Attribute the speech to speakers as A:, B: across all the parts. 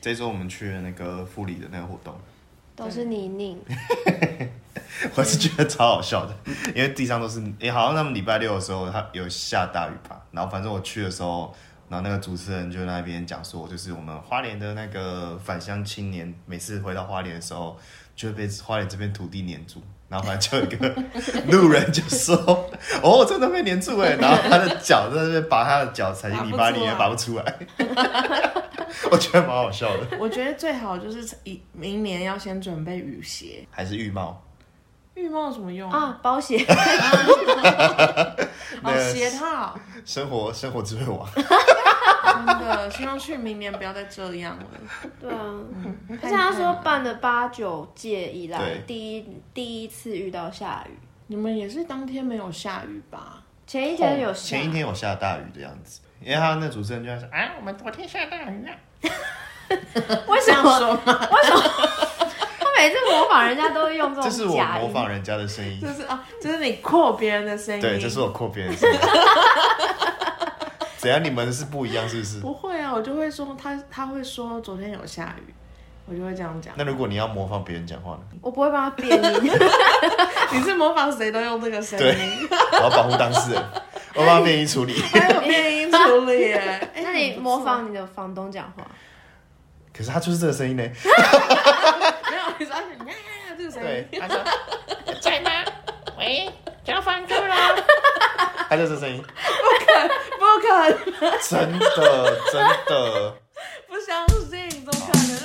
A: 这周我们去了那个富里的那个活动，
B: 都是泥泞，
A: 我是觉得超好笑的，因为地上都是，也、好像他们礼拜六的时候，它有下大雨吧。然后反正我去的时候，然后那个主持人就在那边讲说，就是我们花莲的那个返乡青年，每次回到花莲的时候，就会被花莲这片土地黏住。然后反正就有一个路人就说：“哦，真的被黏住哎！”然后他的脚在那边把他的脚踩进泥巴里面，拔
C: 拔
A: 不出来。我觉得蛮好笑 的，
C: 我觉得最好就是以明年要先准备雨鞋，
A: 还是浴帽。
C: 浴帽有什么用啊？
B: 啊，包鞋，
A: 那
C: 哦，
A: 个
C: 鞋套，
A: 生活生活智慧网，
C: 真的，希望去明年不要再这样了。
B: 对 啊，而且他说办了八九届以来
A: 对
B: 第一第一次遇到下雨，
C: 你们也是当天没有下雨吧？
B: 前一天有下，
A: 哦前一天有下大雨的样子，因为他那主持人就在说：“哎，我们昨天下大雨啊。
B: 为
C: 这
B: 什
C: 样
B: 么
C: 说吗？
B: 他每次模仿人家都是用这
A: 这是
B: 种
A: 我
B: 假
A: 模
B: 音？
A: 仿人家的声音，
C: 这是啊，这是你扩别人的声音。
A: 对，这是我扩别人的声音。 怎样？你们是不一样是不 是？
C: 不会啊，我就会说他，他会说昨天有下雨，我就会这样讲。
A: 那如果你要模仿别人讲话呢？
B: 我不会帮他 变音，
C: 你是模仿谁都用这个声
A: 对
C: 音，
A: 我要保护当事人， 我要帮便衣处理。
C: 还有变音处理 耶。哎
B: 那你模，仿你的房东讲话，
A: 可是他就是这个声音呢。
C: 很不错没有？你说呀呀呀这个声
A: 对
C: 音，，
A: 他说
D: 在吗？喂，交房租啦！
A: 他就是这个声音，
C: 不可能，
A: 真的真的。
C: 不相信，怎么可能？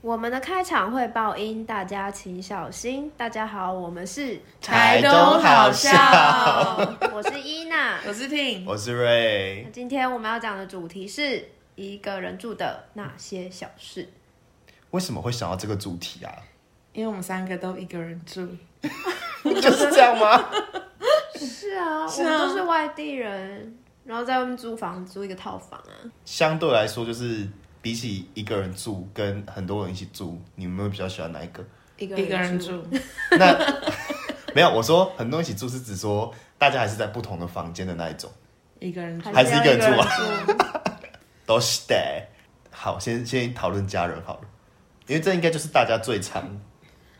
B: 我们的开场会爆音，大家请小心。大家好，我们 是，哦
A: 台东好笑
B: 我是伊娜。
C: 我是听，
A: 我是 Ray，
B: 那今天我们要讲的主题是一个人住的那些小事。
A: 为什么会想到这个主题啊？
C: 因为我们三个都一个人住，
A: 就是这样吗？
B: 是啊，
C: 是
B: 我
C: 啊
B: 们都是外地人，然后在外面租房，租一个套房啊。
A: 相对来说，就是比起一个人住跟很多人一起住，你们会比较喜欢哪一个？
B: 一个
C: 一个人，住，
A: 那没有，我说很多人一起住是指说大家还是在不同的房间的那一种，
C: 一个人住，
A: 还是一个人住啊
B: 啊？
A: 都是的。好，先先讨论家人好了，因为这应该就是大家最常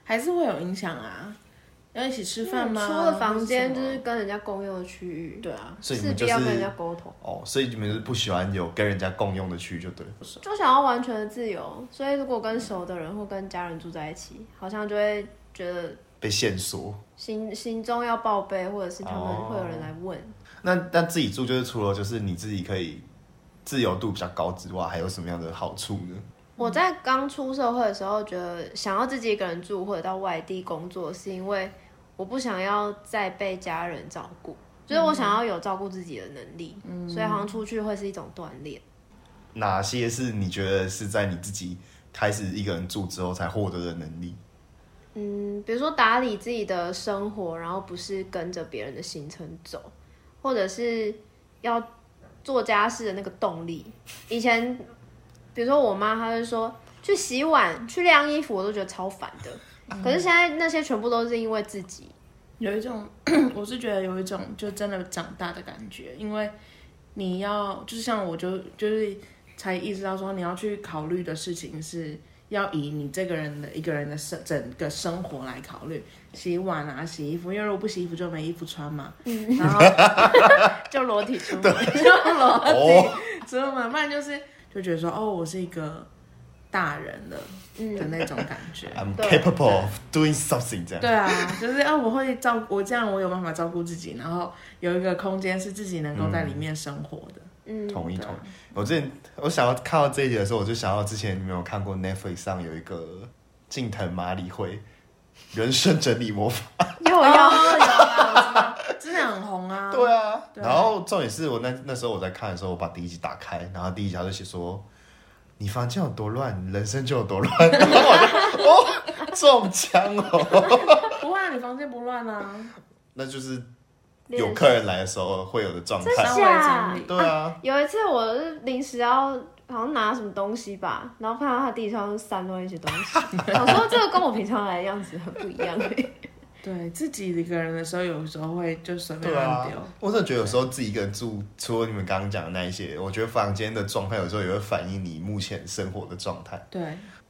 C: 还是会有影响啊。要一起吃饭吗？
B: 出了房间就
C: 或
B: 是
C: 什么
B: 跟人家共用的区域，
C: 对啊，
A: 所以你
B: 势
A: 们就是
B: 必要跟人家沟通。
A: 哦，所以你们就是不喜欢有跟人家共用的区域就对了。
B: 就想要完全的自由，所以如果跟熟的人或跟家人住在一起，好像就会觉得
A: 被限缩。
B: 行行踪要报备，或者是他们
A: 哦
B: 会有人来问。
A: 那那自己住就是除了就是你自己可以自由度比较高之外，还有什么样的好处呢？
B: 我在刚出社会的时候，觉得想要自己一个人住或者到外地工作，是因为我不想要再被家人照顾，就是我想要有照顾自己的能力，所以好像出去会是一种锻炼。
A: 哪些是你觉得是在你自己开始一个人住之后才获得的能力？
B: 嗯，比如说打理自己的生活，然后不是跟着别人的行程走，或者是要做家事的那个动力。以前，比如说我妈，她就说去洗碗、去晾衣服，我都觉得超烦的。可是现在那些全部都是因为自己，
C: 有一种， 我是觉得有一种就真的长大的感觉，因为你要就是像我就就是才意识到说你要去考虑的事情是要以你这个人的一个人的生整个生活来考虑，洗碗啊、洗衣服，因为如果不洗衣服就没衣服穿嘛，嗯、然后
B: 就裸体出门。
C: 就裸
A: 哦，
C: 出门，不然就是就觉得说哦，我是一个大人了的那种感觉。
A: I'm
B: 对
A: capable of doing something 这样。
C: 对啊，就是啊，我会照顾我这样，我有办法照顾自己，然后有一个空间是自己能够在里面生活的。
B: 嗯，
A: 同意
C: 对啊
A: 同意。我之前我想要看到这一集的时候，我就想到之前你们有看过 Netflix 上有一个近藤麻里惠人生整理魔法。
B: 因为我要
C: 有啊，我知道真的很红啊。
A: 对啊，
C: 对
A: 然后重点是我那那时候我在看的时候，我把第一集打开，然后第一集他就写说。你房间有多乱，你人生就有多乱。 然后我就哦，中枪哦！
C: 不会啊，你房间不乱啊，
A: 那就是有客人来的时候会有的状
B: 真
A: 态
B: 是。
C: 稍微整理。
A: 对 啊，
B: 有一次我是临时要好像拿什么东西吧，然 后看到他地上散落一些东西，我说这个跟我平常来的样子很不一样、欸。
C: 对自己一个人的时候，有时候会就随便
A: 对
C: 乱
A: 啊
C: 丢。，
A: 我真的觉得有时候自己一个人住，除了你们刚刚讲的那一些，我觉得房间的状态有时候也会反映你目前生活的状态。
C: 对，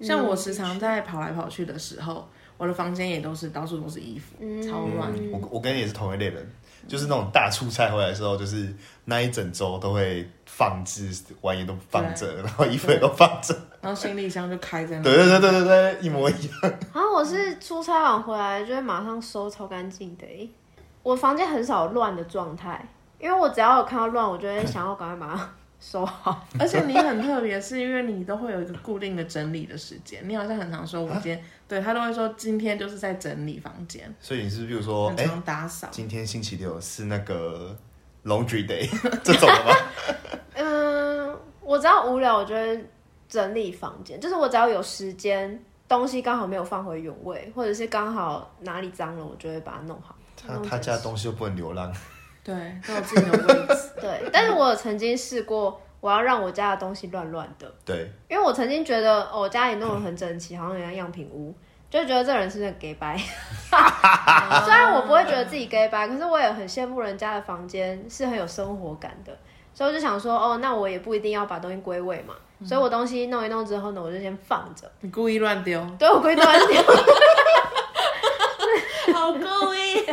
C: 像我
B: 嗯
C: 时常在跑来跑去的时候，我的房间也都是到处都是衣服，
B: 嗯
C: 超乱。
A: 嗯，我我跟你也是同一类人，就是那种大出差回来的时候，就是那一整周都会放置，碗也都放着，然后衣服也都放着，
C: 然后行李箱就开在那，
A: 对对对对对对，一模一样。
B: 然后我是出差完回来就会马上收超干净的耶，我房间很少乱的状态，因为我只要有看到乱，我就会想要赶快把它收好。
C: 而且你很特别，是因为你都会有一个固定的整理的时间。你好像很常说，我今
A: 啊
C: 天、对他都会说今天就是在整理房间，
A: 所以你是比如说，
C: 很
A: 哎、
C: 常打扫。
A: 今天星期六是那个 laundry day 这种的吗？
B: 嗯，我只要无聊，我就会整理房间，就是我只要有时间，东西刚好没有放回原位，或者是刚好哪里脏了，我就会把它弄好。
A: 他他家东西又不能流浪，
C: 对，都有自己的位置。
B: 对，但是我有曾经试过，我要让我家的东西乱乱的。
A: 对，
B: 因为我曾经觉得、哦、我家里弄得很整齐，好像有像样品屋，就觉得这人是不是很 gay 白。虽然我不会觉得自己 gay 白，可是我也很羡慕人家的房间是很有生活感的，所以我就想说，哦，那我也不一定要把东西归位嘛，所以我东西弄一弄之后呢，我就先放着，
C: 你故意乱丢，
B: 对我归端掉。
C: 好故意，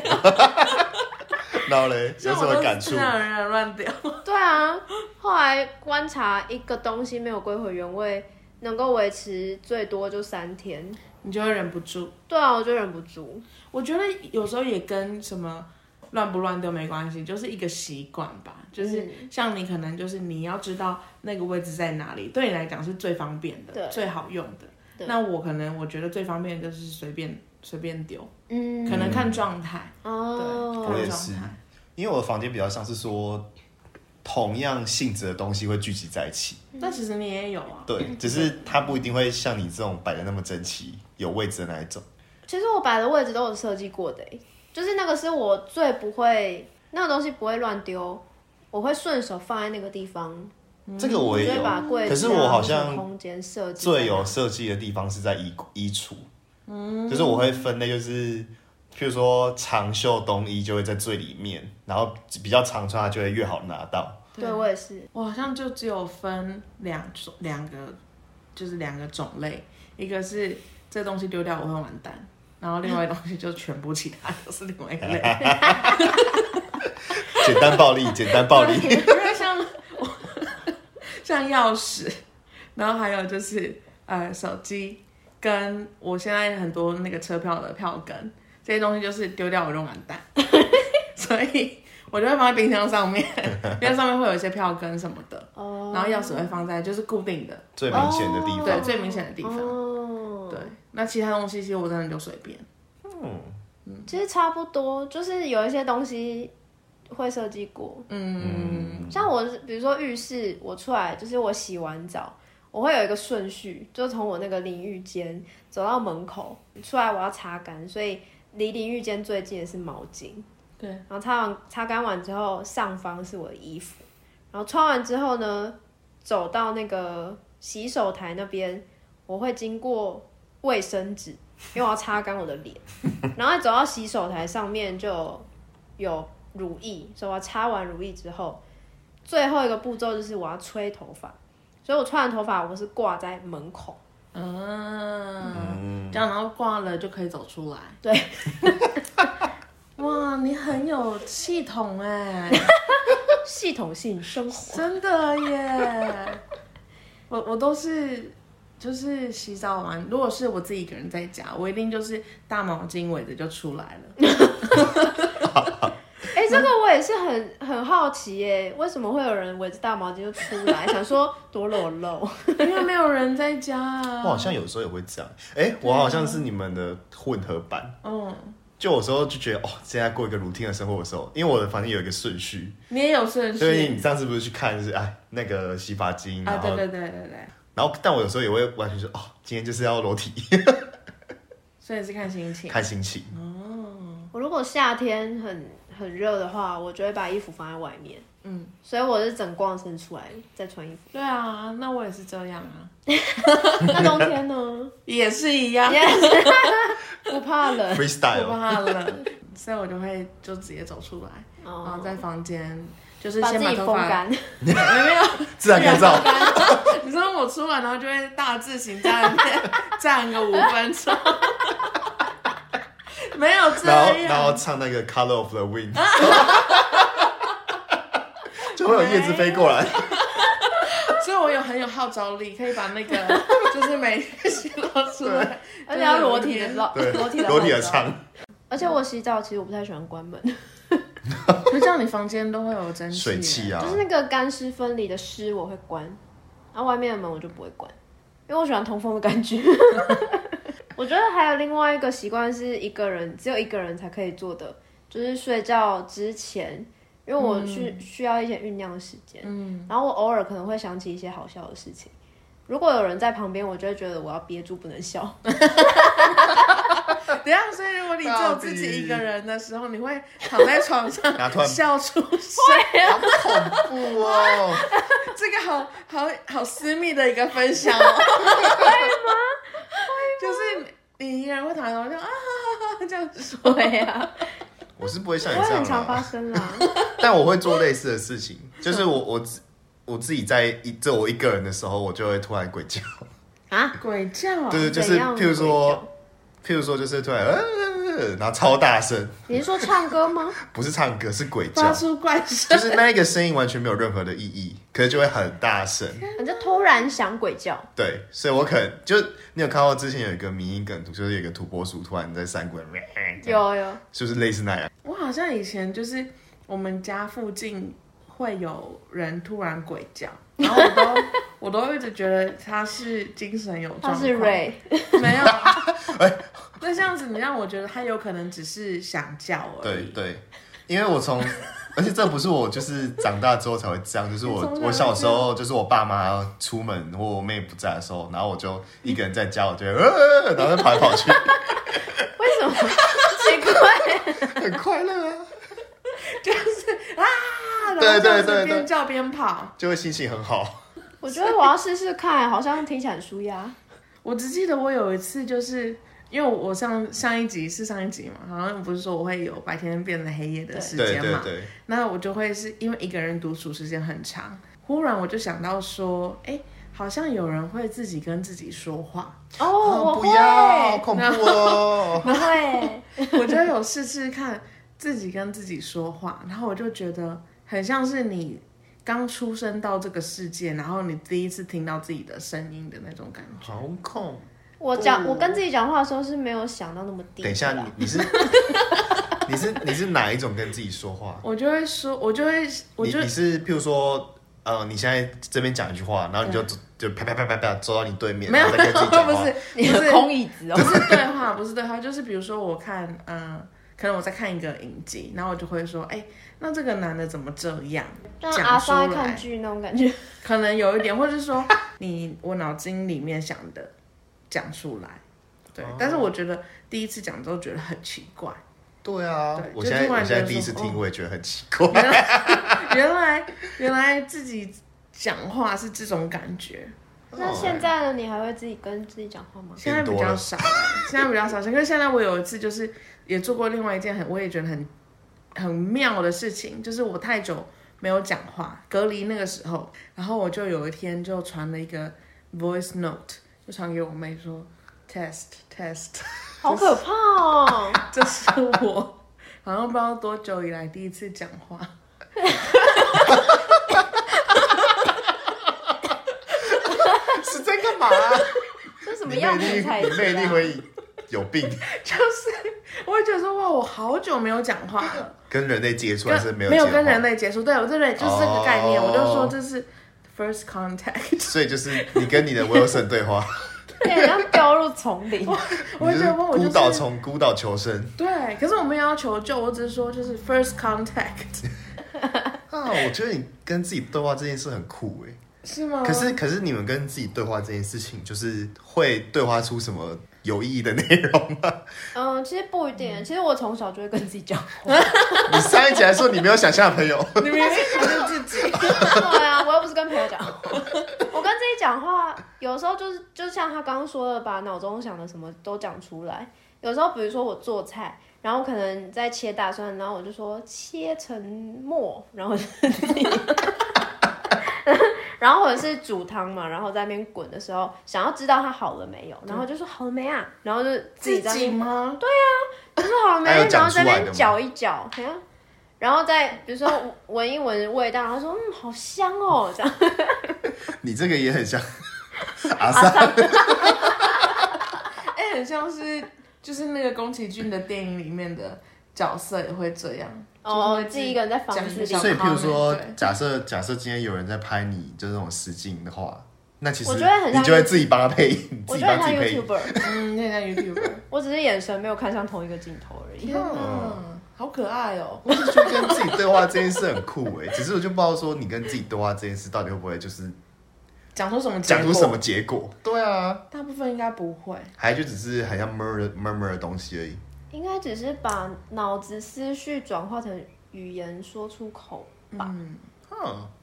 A: 然后嘞 有
C: 像
A: 什
C: 我
A: 么
C: 都
A: 感
C: 是
A: 触
C: 自？然而然乱丢。
B: 对啊，后来观察一个东西没有归回原位，能够维持最多就三天。
C: 你就会忍不住。
B: 对啊，我就忍不住。
C: 我觉得有时候也跟什么乱不乱丢没关系，就是一个习惯吧。就是
B: 嗯
C: 像你可能就是你要知道那个位置在哪里，对你来讲是最方便的、
B: 对
C: 最好用的。
B: 对
C: 那我可能我觉得最方便的就是随便随便丢，
B: 嗯，
C: 可能看状态，
B: 哦，
C: 对，
A: 我也
C: 看
A: 是
C: 状态。
A: 因为我的房间比较像是说，同样性质的东西会聚集在一起，
B: 嗯
C: 但其实你也有
B: 哦
C: 啊，
A: 对，只是它不一定会像你这种摆的那么整齐、有位置的那一种。
B: 其实我摆的位置都有设计过的欸、就是那个是我最不会，那个东西不会乱丢，我会顺手放在那个地方，
A: 这个
B: 我
A: 我也
B: 嗯就会把
A: 有，
B: 柜子、啊、
A: 可是我好
B: 或者
A: 像
B: 空间啊设计
A: 最有设计的地方是在衣衣橱，嗯，就是我会分类，就是譬如说长袖冬衣就会在最里面，然后比较常穿它就会越好拿到。
B: 在那对我也是，
C: 我好像就只有分两种两个，就是两个种类，一个是这东西丢掉我会完蛋，然后另外东西就全部其他都是另外一个类。
A: 简单暴力，简单 暴
B: 哦
A: 力，
C: 因为像我像钥匙，然后还有就是呃手机，跟我现在很多那个车票的票根这些东西，就是丢掉我就完蛋， 所以我就会放在冰箱上面，冰箱上面会有一些票根什么的，
B: 哦，
C: 然后钥匙会放在就是固定的，
A: 最明显的地
B: 哦
A: 方。
C: 对最明显的地方。
B: 哦，
C: 对，那其他东西其实我真的就随便。
B: 其实差不多，就是有一些东西会设计过，
C: 嗯，
B: 像我是，比如说浴室，我出来就是我洗完澡，我会有一个顺序，就从我那个淋浴间走到门口，出来我要擦干，所以离淋浴间最近的是毛巾，
C: 对，
B: 然后擦完擦干完之后，上方是我的衣服，然后穿完之后呢，走到那个洗手台那边，我会经过卫生纸，因为我要擦干我的脸，然后走到洗手台上面就有乳液，所以我要擦完乳液之后，最后一个步骤就是我要吹头发，所以我吹完头发我是挂在门口，
C: 嗯，这样然后挂了就可以走出来。
B: 对，
C: 哇，你很有系统哎，
B: 系统性生活。
C: 真的耶！我我都是就是洗澡完，如果是我自己一个人在家，我一定就是大毛巾围着就出来了。
B: 哎、这个我也是很很好奇耶，为什么会有人围着大毛巾就出来，想说多裸露？
C: 因为没有人在家啊。
A: 我好像有时候也会这样，哎、我好像是你们的混合版。
C: 嗯，
A: 就有时候就觉得哦，现在过一个 routine 的生活的时候，因为我的房间有一个顺序，
C: 你也有顺
A: 所以你
C: 序
A: 上次不是去看就是哎那个洗发精，
B: 哦
C: 啊？
A: 然后、
C: 对对对对对，
A: 然后但我有时候也会完全说哦，今天就是要裸体
C: 所以是看心 情。
A: 看心情，
B: 我如果夏天很很热的话，我就会把衣服放在外面。嗯，所以我是整光身出来再穿衣服。
C: 对啊，那我也是这样啊，
B: 那冬天 呢？
C: 也是一样，
B: 不怕冷。
C: 不
A: freestyle，
C: 怕冷，所以我就会就直接走出来，然后
B: 哦，
C: 在房间就是
B: 把
C: 先
B: 自己
C: 头
B: 风
C: 发
B: 干。
C: 没有，
A: 自然干燥。
C: 你知道我出来，然后就会大字型在那 边站个五分钟，没有这
A: 然后然后
C: 样，
A: 唱那个 Color of the Wind，就会有叶子飞过来。
C: 所以我有很有号召力，可以把 那个就是每天洗到出来，
B: 而且要裸体的时候，
A: 对，
B: 裸体的
A: 裸体
B: 时
A: 的啊
B: 候。
A: 唱，
B: 而且我洗澡其实我不太喜欢关门，
C: 就像你房间都会有蒸汽，
A: 水汽啊
B: 就，是那个干湿分离的湿我会关，然后外面的门我就不会关，因为我喜欢通风的感觉。 我觉得还有另外一个习惯是一个人只有一个人才可以做的，就是睡觉之前，因为我需、需要一些酝酿的时间，嗯，然后我偶尔可能会想起一些好笑的事情。如果有人在旁边，我就会觉得我要憋住不能笑。
C: 等一啊下，所以如果你只有自己一个人的时候，你会躺在床上
A: 然后突然
C: 笑出声，
A: 好恐怖哦！
C: 这个好好好私密的一个分享哦，会吗？就是你一个人会躺在床上啊哈哈哈这样子说，
B: 对呀、
A: 我是不会像
B: 我
A: 你
B: 也
A: 这
B: 很
A: 样
B: 常发
A: 啦，
B: 生啦。
A: 但我会做类似的事情，就是我我自我自己在一这我一个人的时候，我就会突然鬼叫，
B: 啊，
C: 鬼叫，
A: 对，就是
B: 怎样
A: 譬如
B: 鬼
A: 说
B: 叫，
A: 譬如说就是突然，呃呃呃然后超大声，
B: 你是说唱歌 吗？
A: 不是唱歌是鬼
C: 发
A: 叫，
C: 出怪 声
A: 就，是那一个声音完全没有任何的意义，可是就会很大声。
B: 你就突然想鬼叫，
A: 对，所以我可能就你有看到之前有一个迷因梗图，就是有一个土拨鼠突然在山谷里面，这样
B: 有有，
A: 就是类似那样。
C: 我好像以前就是我们家附近会有人突然鬼叫，然后我都我都一直觉得他是精神有状
B: 他
C: 况，
B: 是 Ray，
C: 没有。啊
A: 哎
C: 那这样子，你让我觉得他有可能只是想叫而
A: 对
C: 已。
A: 对，因为我 从，而且这不是我就是长大之后才会这样，就是我
C: 你从哪
A: 我小时候就是我爸妈出门或我妹不在的时候，然后我就一个人在家，我就会呃，然后就跑来跑 去，
B: 为什么？ 奇怪，
A: 很快乐啊，
C: 啊，然
A: 对
C: 后这样
A: 对
C: 子
A: 对
C: 边
A: 对
C: 叫边跑。
A: 就会心情很好。
B: 我觉得我要试试看，好像听起来很舒压。
C: 我只记得我有一次就是。因为我上上一集是上一集嘛，好像不是说我会有白天变成黑夜的时
A: 对
C: 间
A: 对
C: 嘛，
A: 对，
C: 那我就会是因为一个人独处时间很长，忽然我就想到说，哎、好像有人会自己跟自己说话，
B: 哦，
A: 哦
B: 我
A: 不
B: 会，
A: 要，好恐怖哦。
B: 我会，
C: 我就有试试看自己跟自己说话，然后我就觉得很像是你刚出生到这个世界，然后你第一次听到自己的声音的那种感觉。
A: 好 恐！ 哦
B: 我讲，我跟自己讲话的时候是没有想到那么低。
A: 等一下，你你是你是你是哪一种跟自己说话？
C: 我就会说，我就会，我
A: 你
C: 就
A: 你是譬如说，呃，你现在这边讲一句话，然后你就就啪啪啪啪啪走到你对面，
C: 没有，
A: 然后再跟自己讲
C: 不
A: 话
C: 是，，
B: 你
C: 不
B: 是
C: 是
B: 空椅子哦
C: 不。是对话，不是对话，就是比如说我看，嗯、可能我在看一个影集，然后我就会说，哎、那这个男的怎么这样？
B: 像
C: 讲
B: 阿
C: 出
B: 发在
C: 来
B: 看剧那种感觉，
C: 可能有一点，或者是说你我脑筋里面想的讲出来，对。
A: 哦
C: 但是我觉得第一次讲之后觉得很奇怪，
A: 对啊
C: 对，
A: 我
C: 就
A: 现在
C: 突
A: 我
C: 然
A: 现
C: 觉得
A: 在第一次
C: 说
A: 听，
C: 哦
A: 我也觉得很奇怪。
C: 原来 原来自己讲话是这种感觉，
B: 那现在呢？你还会自己跟自己讲话吗？
C: 现在比较少，现在比较少。可是现在我有一次就是也做过另外一件很我也觉得很很妙的事情，就是我太久没有讲话，隔离那个时候，然后我就有一天就传了一个 voice note，就传给我妹说 test test。
B: 好可怕哦！
C: 这是我好像不知道多久以来第一次讲话，
A: 是在干嘛？
B: 这什么
A: 哦你
B: 样
A: 魅
B: 子
A: 力，
B: 才
A: 你魅力会有病，
C: 就是我会觉得说哇，我好久没有讲话 了，
A: 跟人类接触还
C: 跟
A: 是没有
C: 没有
A: 接
C: 跟
A: 话
C: 人类接触，对我这类就是这个概念，
A: 哦
C: 我就说这是 first contact，
A: 所以就是你跟你的 Wilson 对 话，
B: 对，要掉入丛林。
C: 我会
A: 你就
C: 觉得
A: 是
C: 哇，我就
A: 孤岛
C: 是
A: 从孤岛求生
C: 对，可是我没有要求救，我只是说就是 first contact，
A: 啊！我觉得你跟自己对话这件事很酷哎，
C: 是吗？
A: 可是可是你们跟自己对话这件事情，就是会对话出什么有意义的内容吗？
B: 嗯，其实不一定。其实我从小就会跟自己讲话。
A: 你上一集还说你没有想象的朋 友，
C: 你明明是自 己，
B: 对啊，我又不是跟朋友讲话，我跟自己讲话，有时候就是就像他刚刚说的，把脑中想的什么都讲出来。有时候比如说我做菜，然后我可能在切大蒜，然后我就说切成末，然后我就 然后或者是煮汤嘛，然后在那边滚的时候，想要知道它好了没有，然后就说好了没啊，然后就自己在那边
C: 吗？
B: 不是啊好没
A: 还有，
B: 然
A: 讲
B: 后
A: 出来
B: 在那
A: 的吗
B: 边搅一搅，好像，然后再比如说闻一闻味道，然后说嗯好香哦， 这样
A: 你这个也很像阿三，
C: 哎、很像是就是那个宫崎骏的电影里面的角色也会这样。
B: 哦
C: 就，是
B: 自己一个人在房子里
C: 讲，
A: 所以譬如说
C: 对，
A: 假设假设今天有人在拍你就这种实境的话，那其实
B: 我觉得很像
A: 你就会自己帮他配音，
B: 我
A: 自己
B: 觉得
A: 帮
B: 他
A: 自己配音。
B: YouTuber，
C: 嗯，那像 YouTuber。
B: 我只是眼神没有看向同一个镜头而已。
C: 天啊，好可爱哦！
A: 我就觉得跟自己对话这件事很酷哎、只是我就不知道说你跟自己对话这件事到底会不会就是
C: 讲出什么？
A: 讲出什么？结果？对啊，
C: 大部分应该不会。
A: 还就只是很像 murmur murmur 的东西而已。
B: 应该只是把脑子思绪转化成语言说出口。
A: 嗯，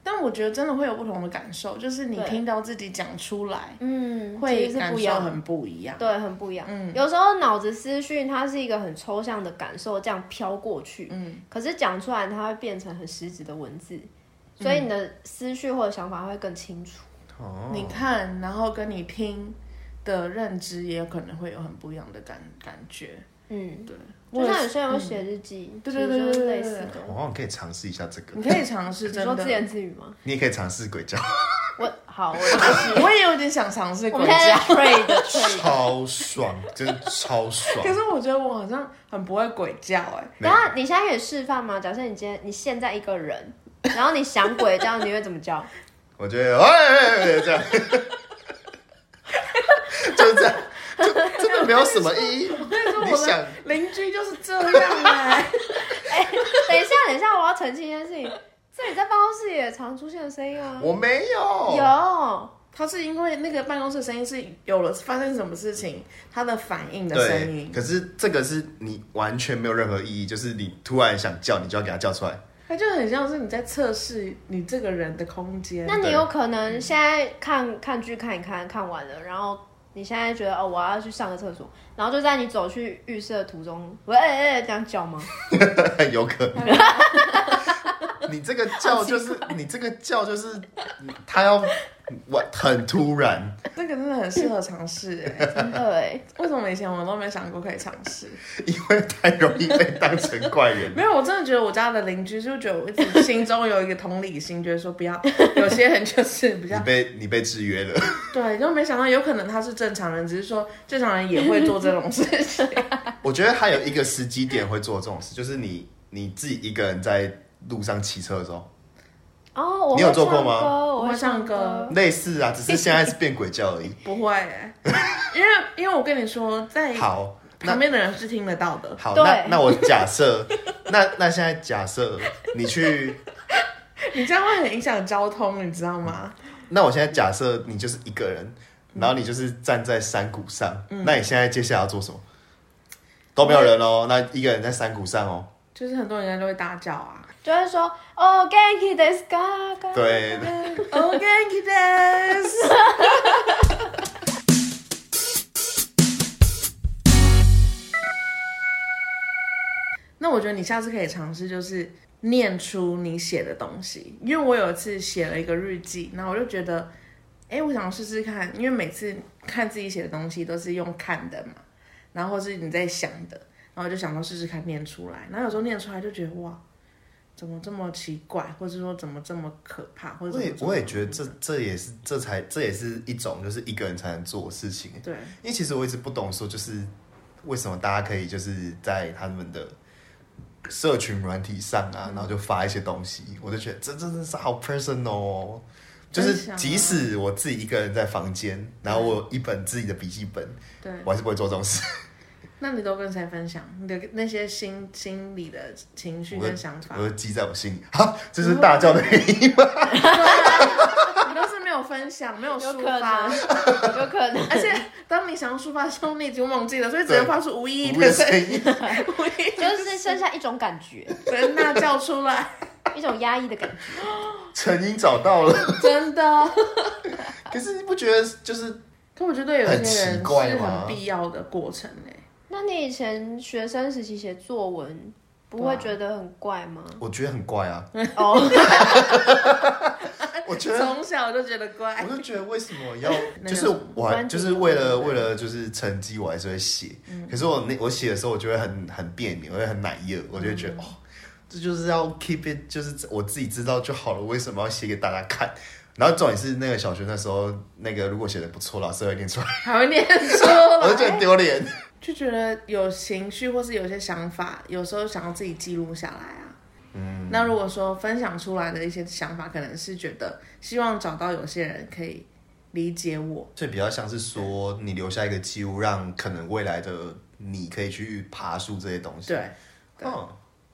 C: 但我觉得真的会有不同的感受，就是你
B: 对
C: 听到自己讲出来，
B: 嗯
C: 会
B: 其实是
C: 感
B: 不一
C: 受
B: 样，
C: 很不一样。
B: 对，很不一样。
C: 嗯
B: 有时候脑子思绪它是一个很抽象的感受，这样飘过去。
C: 嗯，
B: 可是讲出来，它会变成很实质的文字，所以你的思绪或者想法会更清楚。
A: 哦，
C: 你看，然后跟你听的认知也有可能会有很不一样的感感觉。
B: 嗯，
C: 对，
B: 就
C: 我也
B: 像
C: 是
B: 有些人会写日记，
C: 对对对
B: 其实就是
C: 对对
B: 类似
C: 对
B: 的。
A: 我好像可以尝试一下这个
C: 你，可以尝试
B: 你
C: 真
B: 说
C: 的
B: 自。言自语吗？
A: 你也可以尝试鬼叫，
B: 我好，我就是。
C: 我也有点想尝试
B: 我
C: 鬼
B: 们现在
C: 叫，
B: 在 trade trade。
A: 超爽，真的超爽
C: 可。是我觉得我好像很不会鬼叫哎、
B: 等一下，你现在可以示范吗？假设你今天你现在一个人，然后你想鬼叫，你会怎么叫？
A: 我觉得哎哎哎 这样，就是这样，就真的没有什么意义。你
C: 我
A: 想
C: 的邻居就是这样哎、
B: 哎、等一下，等一下，我要澄清一件事情，这里在办公室也常出现的声音啊。
A: 我没有，
B: 有，
A: 哎
C: 他是因为那个办公室的声音是有了发生什么事情，他的反应的声
A: 对
C: 音，，
A: 可是这个是你完全没有任何意义，就是你突然想叫，你就要给他叫出来。
C: 他就很像是你在测试你这个人的空间。
B: 那你有可
A: 嗯
B: 能现在看看剧看一看，看完了，然后你现在觉得哦，我要去上个厕所，然后就在你走去浴室的途中，喂哎哎这样 叫吗？
A: 有可 能。你这个叫就是你这个叫就是他要我很突然，
C: 那个真的很适合尝试哎，
B: 真的哎，
C: 为什么以前我都没想过可以尝试？
A: 因为太容易被当成怪人。
C: 没有，我真的觉得我家的邻居就觉得我一直心中有一个同理心，觉得说不 要，有些人就是比
A: 你
C: 较
A: 被你被制约了，
C: 对，就没想到有可能他是正常人，只是说正常人也会做这种事情。
A: 我觉得还有一个时机点会做这种事，就是你你自己一个人在路上骑车的时候，
B: 哦，我
A: 你有做过吗
B: 会唱歌我
C: 我会唱歌
B: 歌，
A: 类似啊，只是现在是变鬼叫而已。
C: 不会欸，因为因为我跟你说，在
A: 好，
C: 旁
A: 那
C: 边的人是听得到的。
A: 好，
B: 对
A: 那那我假设， 那那现在假设你去，
C: 你这样会很影响交通，你知道吗？
A: 那我现在假设你就是一个人，然后你就是站在山谷上，那你现在接下来要做什么？都没有人哦，那一个人在山谷上哦，
C: 就是很多人家都会打搅 啊。
B: 就会说哦 g a n k i des ga，
A: 对
C: OK, kids。那我觉得你下次可以尝试，就是念出你写的东西，因为我有一次写了一个日记，然后我就觉得，哎、我想试试看，因为每次看自己写的东西都是用看的嘛，然后或是你在想的，然后我就想说试试看念出来，然后有时候念出来就觉得哇，怎么这么奇怪，或者说怎么这么可怕，或
A: 我
C: 者怎么
A: 也
C: 这么
A: 我也觉得这这也是这才这也是一种就是一个人才能做的事情，欸
C: 对，
A: 因为其实我一直不懂说就是为什么大家可以就是在他们的社群软体上啊，然后就发一些东西，我就觉得这这真的是好 personal 哦。就
C: 分享
A: 是
C: 啊
A: 即使我自己一个人在房间，然后我有一本自己的笔记本，
C: 对，
A: 我还是不会做这种事。
C: 那你都跟谁分享你的那些心心里的情绪跟想法
A: 我？就记在我心里。好，这是大叫的原因。
C: 对啊你都是没有分享，没有
B: 有
C: 抒
B: 可
C: 发
B: 能，，有可 能，
C: 而且当你想要抒发的时候，你已经忘记了，所以只能发出无意义
A: 无业
C: 的
A: 声
C: 声
A: 音，
C: 无意义
B: 就是剩下一种感觉，
C: 的呐叫出来，
B: 一种压抑的感觉。
A: 成因找到了。
C: 真的。
A: 可是你不觉得就是
C: 可我觉得有些
A: 很
C: 人
A: 奇
C: 是
A: 怪吗
C: 很必要的过程哎、
B: 那你以前学生时期写作文，不
C: 对啊
B: 会觉得很怪吗？
A: 我觉得很怪啊？
B: 哦，
A: 我觉得
C: 从小就觉得乖，
A: 我，就觉得为什么要
C: 那个
A: 就是我还
B: 关注
A: 就是为了
B: 对
A: 为了就是成绩，我还是会写。
C: 嗯
A: 可是我那我写的时候，我就会很很别扭，我会很难热，我就会觉得、
C: 嗯
A: 哦，这就是要 keep it，就是我自己知道就好了，为什么要写给大家看？然后重点是那个小学那时候，那个如果写的不错，老师会念出来，
C: 还会念书，
A: 我就觉得
C: 哎
A: 很丢脸。
C: 就觉得有情绪或是有些想法，有时候想要自己记录下来啊。嗯，那如果说分享出来的一些想法，可能是觉得希望找到有些人可以理解我，
A: 所以比较像是说，你留下一个记录，让可能未来的你可以去爬树这些东西。
C: 对，
A: 嗯，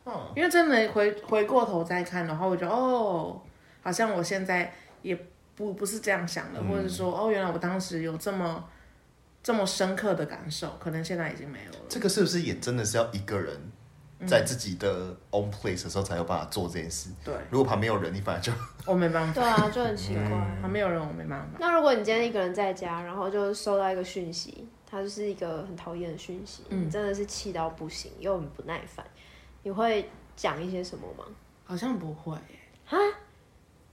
A: 嗯，
C: 因为真的回回过头再看的话，我觉得哦，好像我现在也不不是这样想的，或者说哦，原来我当时有这么这么深刻的感受，可能现在已经没有了。
A: 这个是不是也真的是要一个人在自己的 own place 的时候才有办法做这件事？
C: 对，
A: 如果旁边有人，你反而就
C: 我没办法，
B: 对啊，就很奇怪。
C: 旁边有人我没办法。
B: 那如果你今天一个人在家，然后就收到一个讯息，它就是一个很讨厌的讯息，
C: 嗯
B: 你真的是气到不行，又很不耐烦，你会讲一些什么吗？
C: 好像不会耶，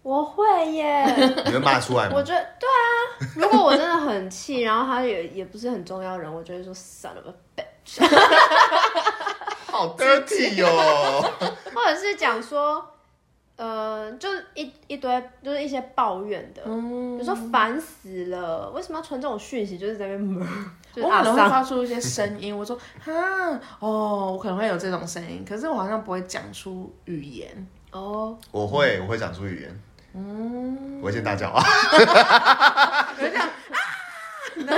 B: 我会耶，
A: 你会骂出 来
B: 我
A: 吗？
B: 觉得对啊。如果我真的很气，然后他也也不是很重要的人，我就会说 son of a bitch，
A: 好 dirty 哦！
B: 或者是讲说，呃，就是一一堆就是一些抱怨的，比
C: 嗯
B: 如说烦死了，为什么要传这种讯息？就是在那边闷，就是
C: 我可
B: 阿
C: 能会
B: 桑
C: 发出一些声音，我说哈哦，我可能会有这种声音，可是我好像不会讲出语言。
B: 哦，
A: 我会，我会讲出语言，嗯，我啊会先大叫啊，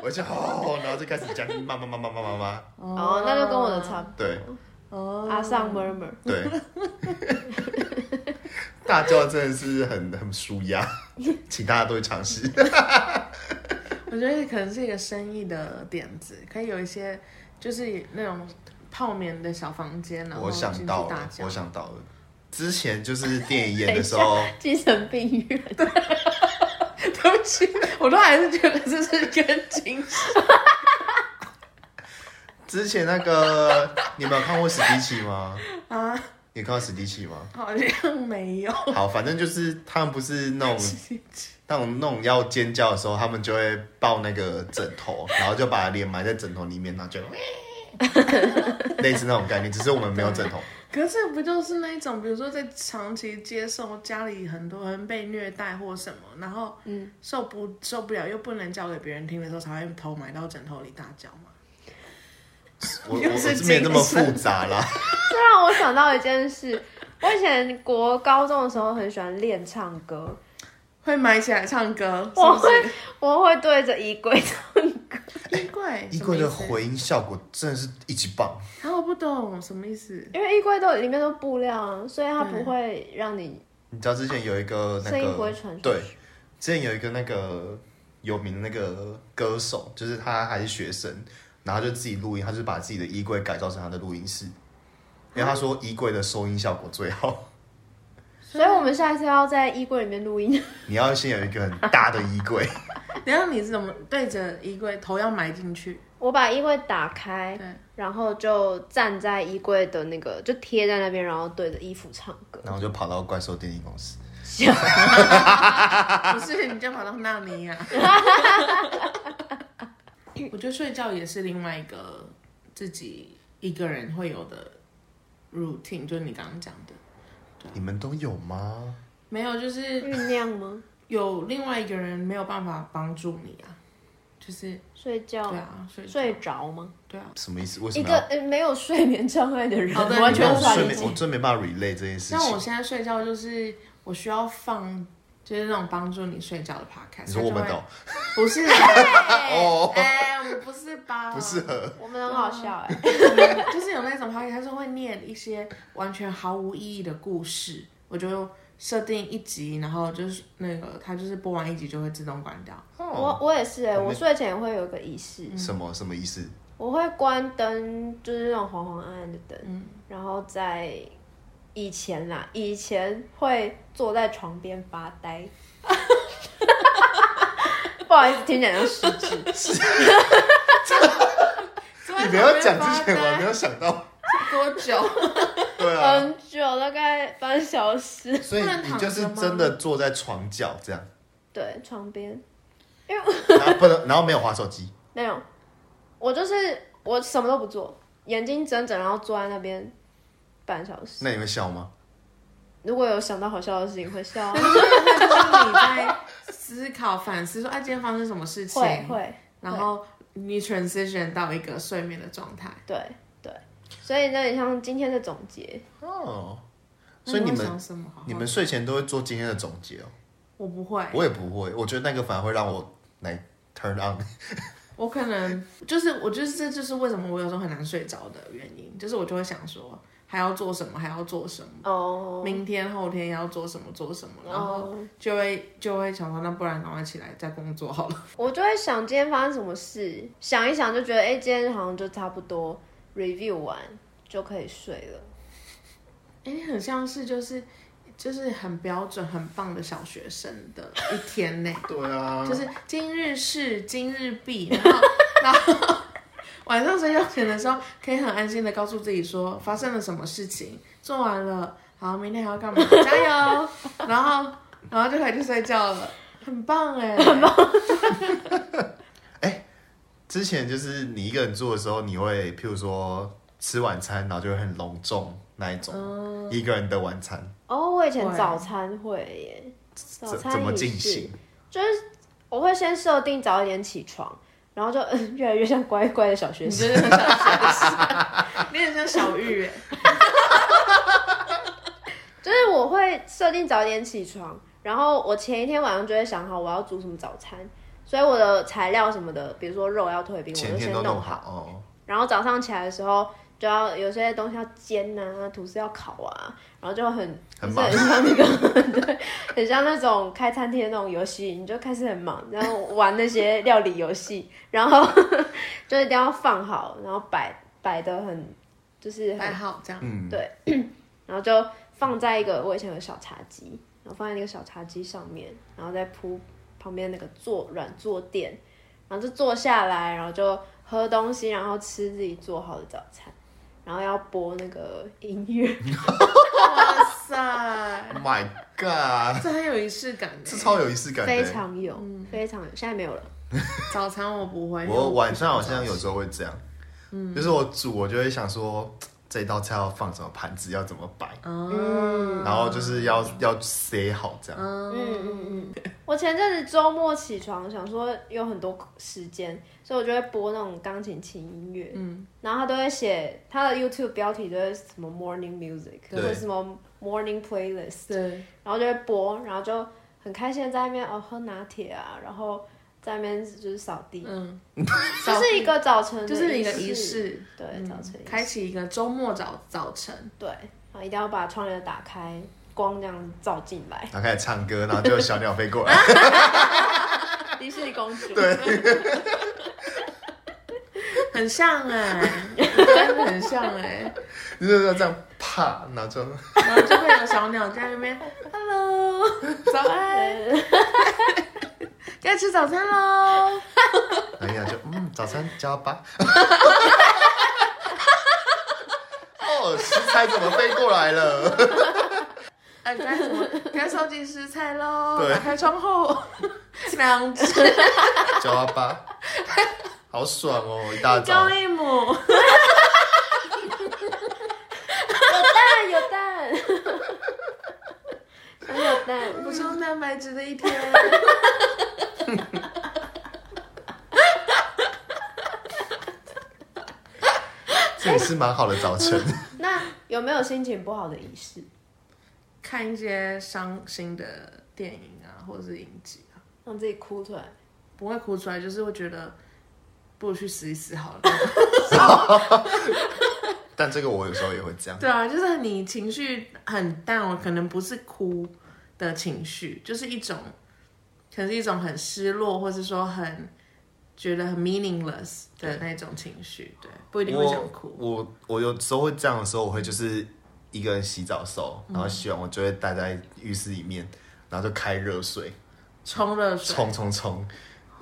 A: 我就哦，然后就开始讲骂骂骂骂骂骂骂，
B: 哦，那就跟我的差不
A: 对
C: 哦
B: 多。阿尚 murmur，
A: 对，大叫真的是很很舒压，请大家都去尝试。
C: 我觉得可能是一个生意的点子，可以有一些就是那种泡棉的小房间，然后
A: 我想
C: 进去
A: 到
C: 大
A: 了，
C: 家
A: 我想到了，之前就是电影演的时 候。
B: 精神病院，
C: 对不起，我都还是觉得这是跟精神。
A: 之前那个，你们有看过史迪奇吗？
C: 啊，
A: 你有看过史迪奇吗？
C: 好像没有。
A: 好，反正就是他们不是那种那种那种要尖叫的时候，他们就会抱那个枕头，然后就把脸埋在枕头里面，然后 就类似那种概念，只是我们没有枕头。
C: 可是不就是那种，比如说在长期接受家里很多人被虐待或什么，然后嗯受不受不了又不能叫给别人听的时候，才会头埋到枕头里大叫嘛。
A: 我我
C: 又
A: 我
C: 是
A: 是没有那么
C: 精神
A: 复杂啦。
B: 这让我想到一件事。我以前国高中的时候很喜欢练唱歌，
C: 会埋起来唱歌，
B: 我
C: 是不
B: 会
C: 是
B: 我会对着衣柜唱歌，
C: 衣柜，
A: 衣柜的
C: 什么意思
A: 回音效果真的是一级棒，
C: 啊，我不懂什么意思。
B: 因为衣柜都里面都布料啊，所以它不会
C: 嗯
B: 让你
A: 你知道之前有一个那
B: 声音不
A: 个
B: 会传出
A: 对
B: 去。，
A: 之前有一个那个有名的那个歌手，就是他还是学生，然后就自己录音，他就把自己的衣柜改造成他的录音室，因为他说衣柜的收音效果最好。
B: 所以我们下一次要在衣柜里面录音，
A: 你要先有一个很大的衣柜，
C: 等一下你是怎么对着衣柜头要埋进去？
B: 我把衣柜打开
C: 对，
B: 然后就站在衣柜的那个，就贴在那边，然后对着衣服唱 歌。
A: 然后就跑到怪兽电影公司。
C: 不是你就跑到纳尼亚？我觉得睡觉也是另外一个自己一个人会有的 routine，就是你刚刚讲的，
A: 你们都有吗？
C: 没有就是
B: 酝酿吗？
C: 有另外一个人没有办法帮助你啊，就是
B: 睡觉
C: 对？啊，睡觉
B: 睡着吗？
C: 对啊。
A: 什么意思？为什
B: 一
A: 么
B: 个
A: 要？
B: 呃没有睡眠障碍的人，
C: 哦对
B: 完全
A: 让
B: 无
A: 我
B: 法
A: 睡
B: 理
A: 眠，
B: 解
A: 我。真没办法 relay 这件事
C: 像我
A: 情。
C: 现在睡觉就是我需要放就是那种帮助你睡觉的 podcast，
A: 你说我们
C: 它就
A: 懂
C: 会，不是啊？
A: 哦
C: 哎，我们不是吧？
A: 不适合。
B: 我们很好笑哎、
C: 就是有那种 p o 他是会念一些完全毫无意义的故事，我就设定一集，然后就是那个它就是播完一集就会自动关掉。
A: 哦
B: 我我也是哎、
A: 我们
B: 我睡前也会有一个仪式，
A: 嗯什么什么意思？
B: 我会关灯，就是那种黄黄暗暗的灯，然后在以前啦，以前会坐在床边发呆。 不好意思，听起来像失智。
A: 你不要讲之前，我还没有想到。
C: 多 久？
A: 对啊，
B: 很久，大概半小时。
A: 所以你就是真的坐在床角这样，
B: 对，床边
A: 然后不能，然后没有划手机，
B: 没有，我就是我什么都不做，眼睛睁着，然后坐在那边半小时。
A: 那你会笑吗？
B: 如果有想到好笑的事情，会 笑啊，
C: 就是你在思考反思说，哎、今天发生什么事情？
B: 会会，
C: 然后你 transition 到一个睡眠的状态。
B: 对对，所以那也像今天的总结，
A: 哦，所以你
C: 那会
A: 们
C: 想
B: 嗯
C: 什么？
A: 你们睡前都会做今天的总结哦。
C: 我不会，
A: 我也不会，我觉得那个反而会让我来 turn on。
C: 我可能就是我就是这就是为什么我有时候很难睡着的原因，就是我就会想说还要做什么，还要做什么，
B: 哦，
C: 明天后天要做什么做什么，然后
B: 哦，
C: 就会就会想说那不然赶快起来再工作好了。
B: 我就会想今天发生什么事，想一想就觉得，哎、今天好像就差不多 review 完就可以睡了。
C: 哎、你很像是就是就是很标准很棒的小学生的一天呢、
A: 对啊
C: 就是今日事今日毕，然后 然后晚上睡觉前的时候，可以很安心的告诉自己说发生了什么事情，做完了，好，明天还要干嘛，加油， 然后然后就可以去睡觉了，很棒 哎，很棒，
A: 之前就是你一个人住的时候，你会譬如说吃晚餐，然后就会很隆重那一种，一个人的晚餐
B: 哦，我以前
C: 会
B: 早餐会耶，早
A: 怎
B: 餐
A: 怎么
B: 仪式
A: 进行？
B: 我会先设定早一点起床，然后就、嗯越来越像乖乖的小学
C: 你
B: 生。
C: 真的很像小你很像小玉哎，
B: 就是我会设定早一点起床，然后我前一天晚上就会想好我要煮什么早餐，所以我的材料什么的，比如说肉要退冰，我
A: 前
B: 就先
A: 天都
B: 弄
A: 弄好。哦。
B: 然后早上起来的时候，就要有些东西要煎啊，吐司要烤啊，然后就很
A: 很
B: 就是
A: 忙
B: 很像那个 对，很像那种开餐厅的那种游戏，你就开始很忙，然后玩那些料理游戏，然后 就一定要放好，然后摆摆的很就是
C: 还
B: 很，
C: 好这样，
A: 嗯，
B: 对然后就放在一个我以前有小茶几，然后放在那个小茶几上面，然后再铺旁边那个坐软坐垫，然后就坐下来，然后就喝东西，然后吃自己做好的早餐，然后要播那个音乐。
C: 哇 塞，
A: Oh，My God，
C: 这很有仪式感的
A: 这。超有仪式感的。
B: 非常有，非常有，现在没有了。
C: 早餐我不会，因为
A: 我
C: 不
A: 晚上好像有时候会这样，就是我煮，我就会想说这道菜要放什么盘子，要怎么摆，
C: 嗯
A: 然后就是要要塞好这样。
B: 嗯嗯嗯。 我前阵子周末起床，想说有很多时间，所以我就会播那种钢琴轻音乐，
C: 嗯
B: 然后他都会写他的 YouTube 标题都是什么 Morning Music 或
A: 对
B: 者什么 Morning Playlist，
C: 对，
B: 然后就会播，然后就很开心地在那边哦喝拿铁啊，然后在那边就是扫地，
C: 嗯，
B: 这是一个早晨，
C: 就是你的仪
B: 仪，
C: 式，
B: 对，
C: 嗯
B: 早晨仪式
C: 开启一个周末早早 晨，
B: 对，然后一定要把窗帘打开，光这样子照进 来。
A: 然后开始唱歌，然后就有小鸟飞过来。啊
B: 迪士尼公 主。
C: 很像哎、真的很像哎、
A: 就是要这样啪，然后就
C: 然后就会有小鸟在那边，Hello，早 安，
B: 对
C: 该吃早餐 喽。
A: 然后一下就嗯，早餐加吧。 哦，食材怎么飞过来了？
C: 哎，该什么？该收集食材喽。
A: 对
C: 打开窗户， 两只
A: 加吧，好爽哦！一大早
C: 公，一母，
B: 有蛋，有 蛋，很有蛋。
C: 补充蛋白质的一天。
A: 这也是蛮好的早晨。
B: 那有没有心情不好的仪式？
C: 看一些伤心的电影啊，或者是影集啊，
B: 让自己哭出来？
C: 不会哭出来，就是会觉得不如去死一死 好了。
A: 但这个我有时候也会这样，
C: 对啊，就是你情绪很淡，我可能不是哭，的情绪，就是一种，可能是一种很失落，或是说很觉得很 meaningless 的那种情绪，对，不一定会想哭。
A: 我我我有时候会这样的时候，我会就是一个人洗澡的时候，然后洗完我就会待在浴室里面，然后就开热水
C: 冲热水，
A: 冲冲冲，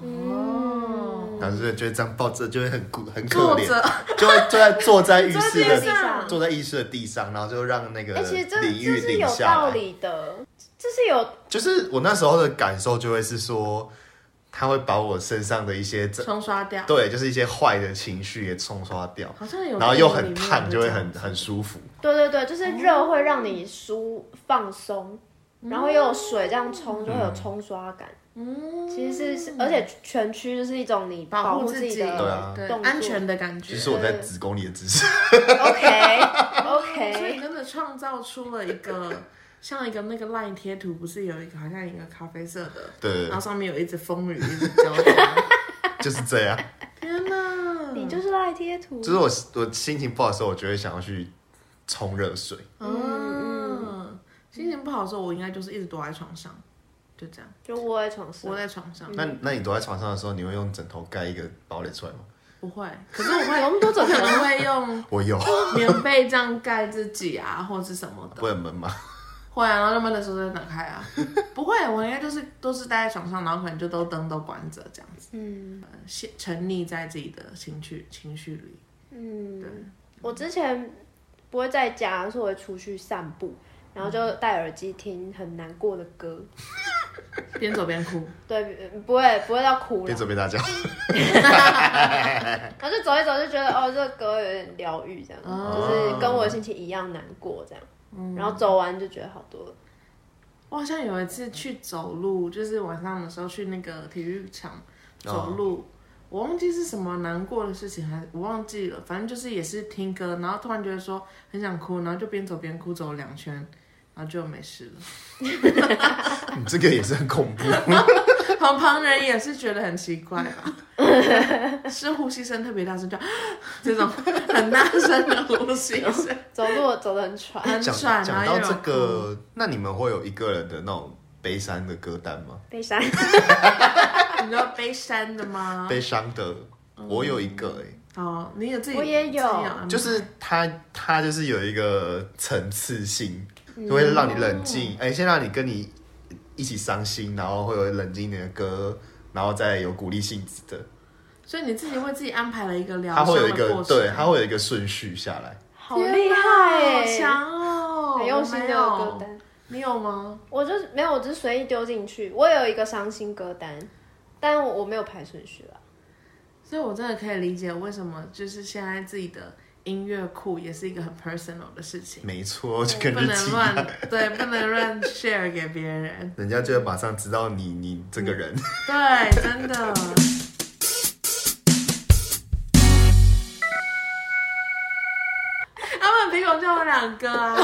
B: 哦，
A: 然后就就会这样抱着，就会很孤很可
C: 坐
A: 怜，
C: 着，
A: 就会就在坐在浴室
B: 坐在
A: 的呃
B: 地 上
A: 坐在浴室的地上，然后就让那个
B: 哎、其实这
A: 淋
B: 这
A: 浴
B: 是
A: 淋
B: 有
A: 下
B: 道
A: 来。
B: 理的，这是有
A: 就是我那时候的感受就会是说，他会把我身上的一些
C: 冲刷掉，
A: 对，就是一些坏的情绪也冲刷掉，
C: 好像有，
A: 然后又很烫，就会很很舒服。
B: 对对对，就是热会让你舒放
C: 哦
B: 松，然后又有水这样冲，就会有冲刷感。嗯，其实是，而且全区就是一种你
C: 保
B: 保
C: 护
B: 护
C: 自
B: 己
C: 己，
B: 的
A: 对啊
C: 对
B: 动作
C: 安全的感觉。
A: 就是我在子宫里的姿势，
B: OK
C: 所以
B: OK，
C: 真的创造出了一 个像一个那个 line 贴图，不是有一个好像一个咖啡色的，
A: 对
C: 然，后上面有一只风 雨，一只交叉。
A: 就是这样。
C: 天哪！
B: 你就是赖贴图，
A: 就是我我心情不好的时候，我就会想要去冲热水。
C: 嗯，心情不好的时候，我应该就是一直躲在床上，就这样
B: 就窝在床上
C: 窝。在床上。
A: 那那你躲在床上的时候，你会用枕头盖一个堡垒出来吗？
C: 不会，可是我
B: 有那
C: 会，
B: 么多
C: 我
B: 种
C: 可能会用
A: 我 有，
C: 棉被这样盖自己 啊，或是什么的。
A: 不会很闷吗？
C: 会啊，然后就闷的时候就打开啊。 不会，我应该就是都是待在床上，然后可能就都灯都关着这样子，
B: 嗯
C: 呃陷沉溺在自己的情绪情绪里。
B: 嗯，我之前不会在家，是我会出去散步，然后就戴耳机听很难过的歌。
C: 边走边哭，
B: 对，不会不会到哭了
A: 边，走边大叫。
B: 然后就走一走就觉得哦，这个歌有点疗愈，这样、就是跟我的心情一样难过这样。然后走完就觉得好多了。
C: 我好像有一次去走路，就是晚上的时候去那个体育场
A: 哦
C: 走路，我忘记是什么难过的事情，还我忘记了，反正就是也是听歌，然后突然觉得说很想哭，然后就边走边哭，走了两圈，然后就没事了。
A: 你这个也是很恐怖。
C: 旁旁人也是觉得很奇怪吧？是呼吸声特别大声，就 这种很大声的呼吸声，
B: 走路走得很喘，
C: 很
A: 讲
C: 喘，
A: 讲
C: 然后
A: 到
C: 又有
A: 这个，那你们会有一个人的那种悲伤的歌单吗？
B: 悲伤。
C: 哭，你知道悲伤的吗？
A: 悲伤的，
C: 嗯
A: 我有一个哎、
C: 哦，你有自己，
B: 我也有
C: 自己安排
A: 就是它它就是有一个层次性，
C: 嗯
A: 就会让你冷静，哎、先让你跟你一起伤心，然后会有冷静一点的歌，然后再有鼓励性质的，
C: 所以你自己为自己安排了一个疗
A: 它
C: 伤
A: 会有一
C: 的
A: 个
C: 过程，
A: 对，它会有一个顺序下来。
B: 好厉害
C: 好
B: 欸
C: 强哦！
B: 很用心的哦
C: 我
B: 歌
C: 没有，
B: 单。
C: 你有吗？
B: 我就是没有，我只是随意丢进去。我有一个伤心歌单，但我我没有排顺序啦。
C: 所以我真的可以理解为什么就是现在自己的音乐库也是一个很 personal 的事情，
A: 没错，就跟
C: 不
A: 日记
C: 能
A: 一样，
C: 乱对，不能乱 share 给 别人，
A: 人家就会马上知道你你这个
C: 嗯
A: 人。
C: 对，真的。他们比我就有两个啊，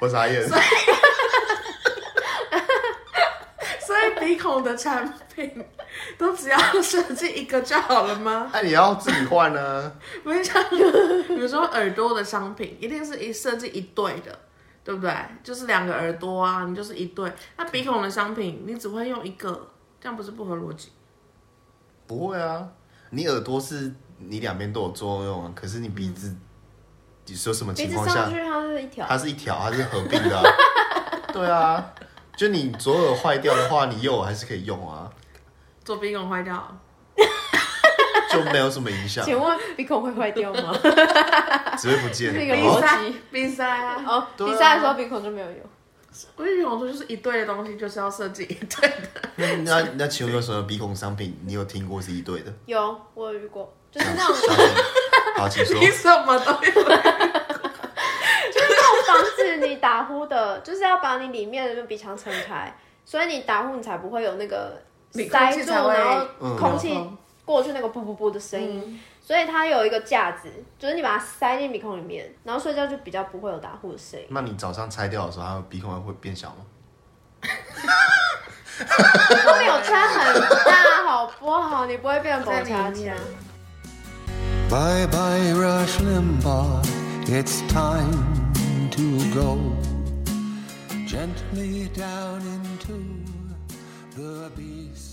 A: 我傻 眼，
C: 所以鼻孔的产品都只要设计一个就好了吗？
A: 哎那、你要自己换啊呢？
C: 不是像比如说耳朵的商品，一定是一设计一对的，对不对？就是两个耳朵啊，你就是一对。那鼻孔的商品，你只会用一个，这样不是不合逻辑？
A: 不会啊，你耳朵是你两边都有作用啊，可是你鼻
C: 嗯
A: 子，你说什么
B: 鼻
A: 情
B: 子
A: 况下
B: 上去它是一条，
A: 它是一条，它是合并的、 啊。对啊，就你左耳坏掉的话，你右耳还是可以用啊，
C: 做鼻孔坏掉，
A: 就没有什么影响，
B: 请问鼻孔会坏掉吗？
A: 只会不见。
B: 这个
C: 鼻
B: 意思
A: 哦，
C: 塞鼻塞 啊！
B: 哦，
A: 对啊
B: 比赛的时候鼻孔就没有用。
C: 我就想说，就是一对的东西，就是要设计一对的。
A: 那那那请问有什么鼻孔商品你有听过是一对的？
B: 有，我有遇过，就是那 种
A: 商品好，请说
C: 你。什么都有，
B: 防止你打呼的，就是要把你里面的鼻腔撑开，所以你打呼你才不会有那个
C: 你空
B: 塞
C: 气
B: 住，
C: 才会
B: 然后
A: 嗯
B: 空气过去那个噗噗噗的声音。所以它有一个架子，就是你把它塞进鼻孔里面，然后睡觉就比较不会有打呼的声 音。
A: 那你早上拆掉的时候，它鼻孔会变小吗？
B: 后面有拆很大，好不好？你不会变
C: 在
B: 狗
C: 里
B: 叉啊枪
C: 面。。
E: Bye bye, Rush Limbaugh. It's time to go. gently down into the abyss.